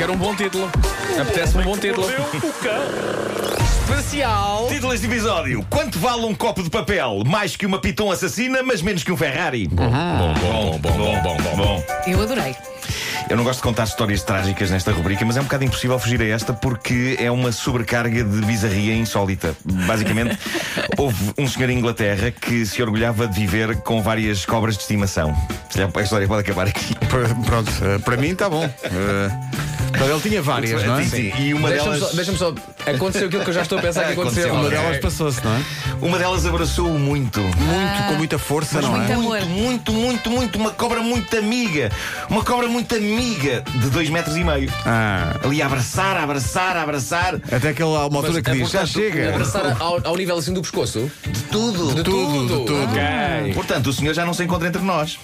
Era um bom título. Apetece-me um bom título. Mordeu o cão. Especial. Título deste episódio: Quanto vale um copo de papel? Mais que uma Piton assassina, mas menos que um Ferrari. Bom, bom, bom, bom, bom, bom, bom. Eu adorei. Eu não gosto de contar histórias trágicas nesta rubrica, mas é um bocado impossível fugir a esta porque é uma sobrecarga de bizarria insólita. Basicamente, houve um senhor em Inglaterra que se orgulhava de viver com várias cobras de estimação. Se calhar A história pode acabar aqui. Pr- Pronto, eh, para mim está bom. Eh, Para ele tinha várias, não é? Sim, E uma Deixa-me delas. só, deixa-me só. Aconteceu aquilo que eu já estou a pensar que aconteceu. Aconteceu. Uma Ok. delas passou-se, não é? Uma delas abraçou-o muito. Muito, com muita força, não muito é? amor. Muito, muito, muito, muito. Uma cobra muito amiga. Uma cobra muito amiga de dois metros e meio. Ah, Ali a abraçar, a abraçar, a abraçar. até que ele há uma altura que diz: já portanto, chega. Abraçar ao, ao nível assim do pescoço. De tudo. De Tudo, de tudo. Ok. Portanto, o senhor já não se encontra entre nós.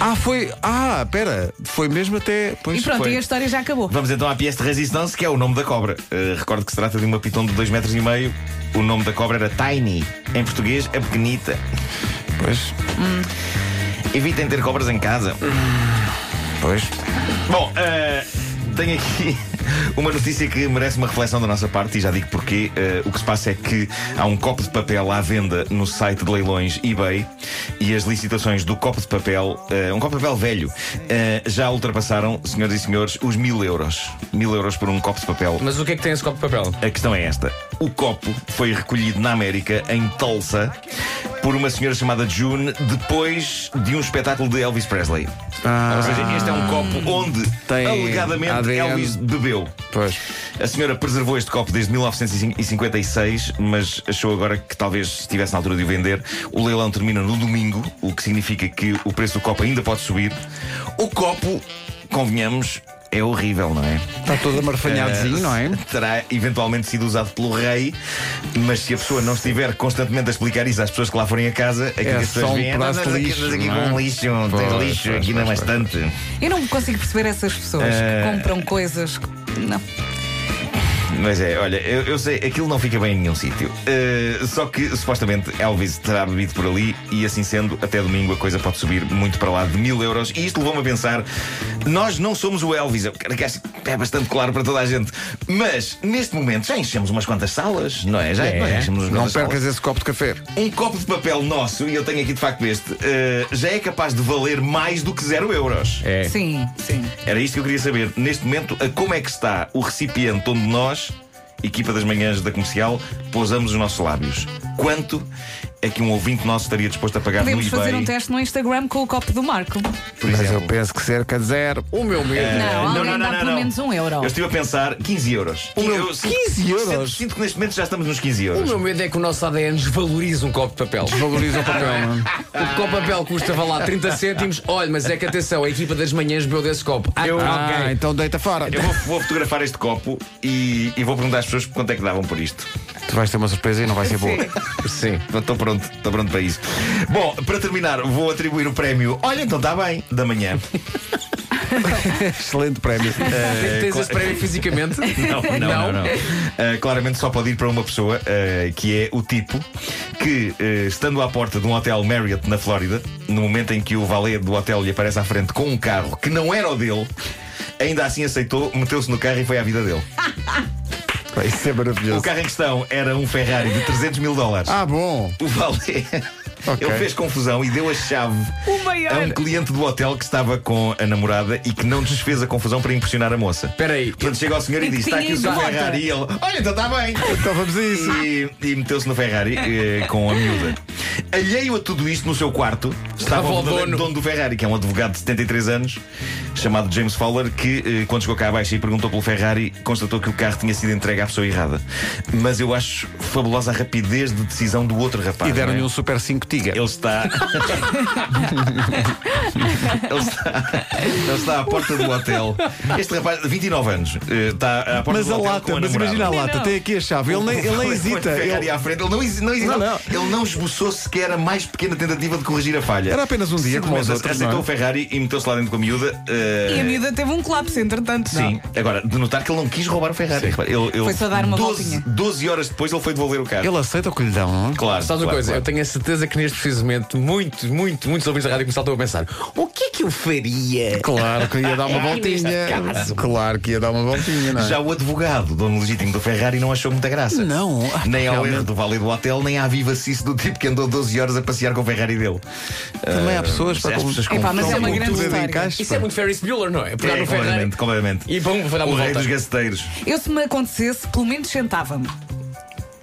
Ah, foi. Ah, pera, foi mesmo até. Pois E pronto, foi. e a história já acabou. Vamos então à pièce de resistência, que é o nome da cobra. Eh, recordo que se trata de uma piton de dois metros e meio. O nome da cobra era Tiny. Em português, a pequenita. Pois, Evitem ter cobras em casa. pois. Bom, eh, tenho aqui uma notícia que merece uma reflexão da nossa parte e já digo porquê. Eh, o que se passa é que há um copo de papel à venda no site de leilões eBay e as licitações do copo de papel, eh, um copo de papel velho, eh, já ultrapassaram, senhoras e senhores, os mil euros. Mil euros por um copo de papel. Mas o que é que tem esse copo de papel? A questão é esta: o copo foi recolhido na América, em Tulsa, por uma senhora chamada June, depois de um espetáculo de Elvis Presley. Ou seja, este é um copo onde Tem alegadamente ADN. Elvis bebeu. Pois. A senhora preservou este copo desde 1956, mas achou agora que talvez estivesse na altura de o vender. O leilão termina no domingo, o que significa que o preço do copo ainda pode subir. O copo, convenhamos, é horrível, não é? Está Tá todo amarfanhadozinho, não é? Terá eventualmente sido usado pelo rei, mas se a pessoa não estiver constantemente a explicar isso às pessoas que lá forem a casa, aquilo É que as só pessoas um veem "Ah, pedaço andas de aqui- lixo, andas aqui não é? com lixo, tens Pois, lixo pois, aqui na pois, pois. bastante. Eu não consigo perceber essas pessoas que compram coisas que. Não. Mas é, olha, eu, eu sei, aquilo não fica bem em nenhum sítio. Uh, só que supostamente Elvis terá bebido por ali e assim sendo, até domingo a coisa pode subir muito para lá de mil euros. E isto levou-me a pensar: nós não somos o Elvis, eu quero que acho que é bastante claro para toda a gente. Mas neste momento já enchemos umas quantas salas, não é? Já, É. nós enchemos umas Não quantas salas. percas esse copo de café. Um copo de papel nosso, e eu tenho aqui de facto este, uh, já é capaz de valer mais do que zero euros. É. Sim, sim. Era isto que eu queria saber. Neste momento, a como é que está o recipiente onde nós, equipa das manhãs da comercial, pousamos os nossos lábios? Quanto é que um ouvinte nosso estaria disposto a pagar Podemos no fazer eBay? um teste no Instagram com o copo do Marco. Por Mas eu exemplo. penso que cerca de zero. O meu medo. É. Não, não, alguém não, dá não, pelo não. menos um euro. Eu estive a pensar 15 euros. meu, Eu sinto- 15 euros? Sinto, sinto que neste momento já estamos nos 15 O euros. meu medo é que o nosso ADN desvalorize um copo de papel. Valoriza o papel, não é? O copo de papel custa, vá lá, 30 cêntimos. Olha, mas é que atenção, a equipa das manhãs bebeu desse copo. Ah, Eu- ok. Ah, então deita fora. Eu vou, vou fotografar este copo e, e vou perguntar às pessoas quanto é que davam por isto. Tu vais ter uma surpresa e não vai ser boa. Sim. Estou pronto, estou pronto para isso. Bom, para terminar, vou atribuir o prémio. Olha, então está bem, da manhã. Excelente prémio. Tens tens esse prémio fisicamente? Não, não, Não? não. não. Ah, claramente só pode ir para uma pessoa, ah, que é o tipo que, ah, estando à porta de um hotel Marriott na Flórida, no momento em que o valet do hotel lhe aparece à frente com um carro que não era o dele, ainda assim aceitou, meteu-se no carro e foi à vida dele. Pá, Isso é O maravilhoso. carro em questão era um Ferrari de 300 mil dólares. Ah, bom. O valet. Ok. Ele fez confusão e deu a chave O maior. a um cliente do hotel que estava com a namorada e que não desfez a confusão para impressionar a moça. Espera aí. Portanto, chega ao senhor e, E diz: que Está aqui o seu tinha ido de volta." Ferrari. E ele: Olha, então está bem. Então vamos a isso. E, e meteu-se no Ferrari eh, com a miúda. Alheio a tudo isto, no seu quarto Estava estava o o dono. dono. dono do Ferrari, que é um advogado de 73 anos, chamado James Fowler, que eh, quando chegou cá abaixo e perguntou pelo Ferrari, constatou que o carro tinha sido entregue à pessoa errada. Mas eu acho fabulosa a rapidez de decisão do outro rapaz. E deram-lhe não é? um super 5 tiga. Ele está. ele está. Ele está à porta do hotel. Este rapaz, 29 anos, eh, está à porta Mas do a hotel. com lata, a mas namorada. imagina a lata, Não. tem aqui a chave. Ele nem, ele nem Foi- foi hesita. Ferrari Ele- à frente. Ele não, hesi- não hesita. Não, não. Ele não esboçou sequer a mais pequena tentativa de corrigir a falha. Era apenas um dia, como os Simplesmente outros, Aceitou não é? o Ferrari e meteu-se lá dentro com a miúda. eh, E a miúda teve um colapso, entretanto. não? Sim, agora, de notar que ele não quis roubar o Ferrari. Repara, ele- ele- Foi só dar uma 12, voltinha. 12 horas depois ele foi devolver o carro. Ele aceita o que lhe dão, não é? Claro. Sabes uma claro, coisa? Eu claro. tenho a certeza que neste preciso momento muitos, muitos, muitos ouvintes da rádio comercial estão a pensar: o que é que eu faria? Claro que ia dar uma voltinha. Claro que ia dar uma voltinha, não é? Já o advogado, dono legítimo do Ferrari, não achou muita graça. Não. Ah, Nem ao realmente. erro do Vale do Hotel, nem à vivacice do tipo que andou 12 horas a passear com o Ferrari dele. Também há Ah, pessoas para as como- pessoas Epá, mas é confundem uma o grande tudo. tudo história. em caixa. Isso é muito Ferris Bueller, não é? Pegar É, no Ferrari. completamente, completamente. E bom, vou dar O uma rei volta. dos gaceteiros. Eu, se me acontecesse, pelo menos sentava-me.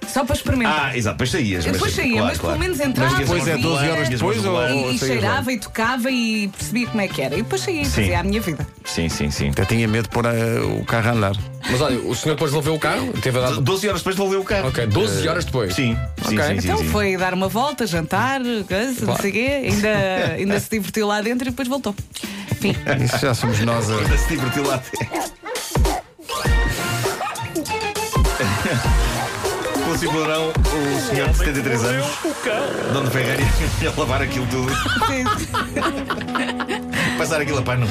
Só para experimentar. Ah, exato, depois saías. Então. Eu depois mas- saía, claro, mas claro. pelo menos entrava Mas depois é dias mais 12 horas dias depois mais ou- regulares. ou e, e saía cheirava e tocava e percebia como é que era. E depois saía e fazia a minha vida. Sim, sim, sim. Até tinha medo de pôr eh, o carro a andar. Mas olha, o senhor depois devolveu o carro, teve a dar. 12 horas depois devolveu o carro. Ok, 12 horas depois. Sim, sim, Ok. sim, sim, Então sim. foi dar uma volta, jantar, coisa, não sei o quê. Ainda, ainda se divertiu lá dentro e depois voltou. Enfim. Isso já somos nós. a- Ainda se divertiu lá até. Pelo cinturão, o senhor de 73 anos, dono do Ferrari, a lavar aquilo tudo, Sim. passar aquilo a pano.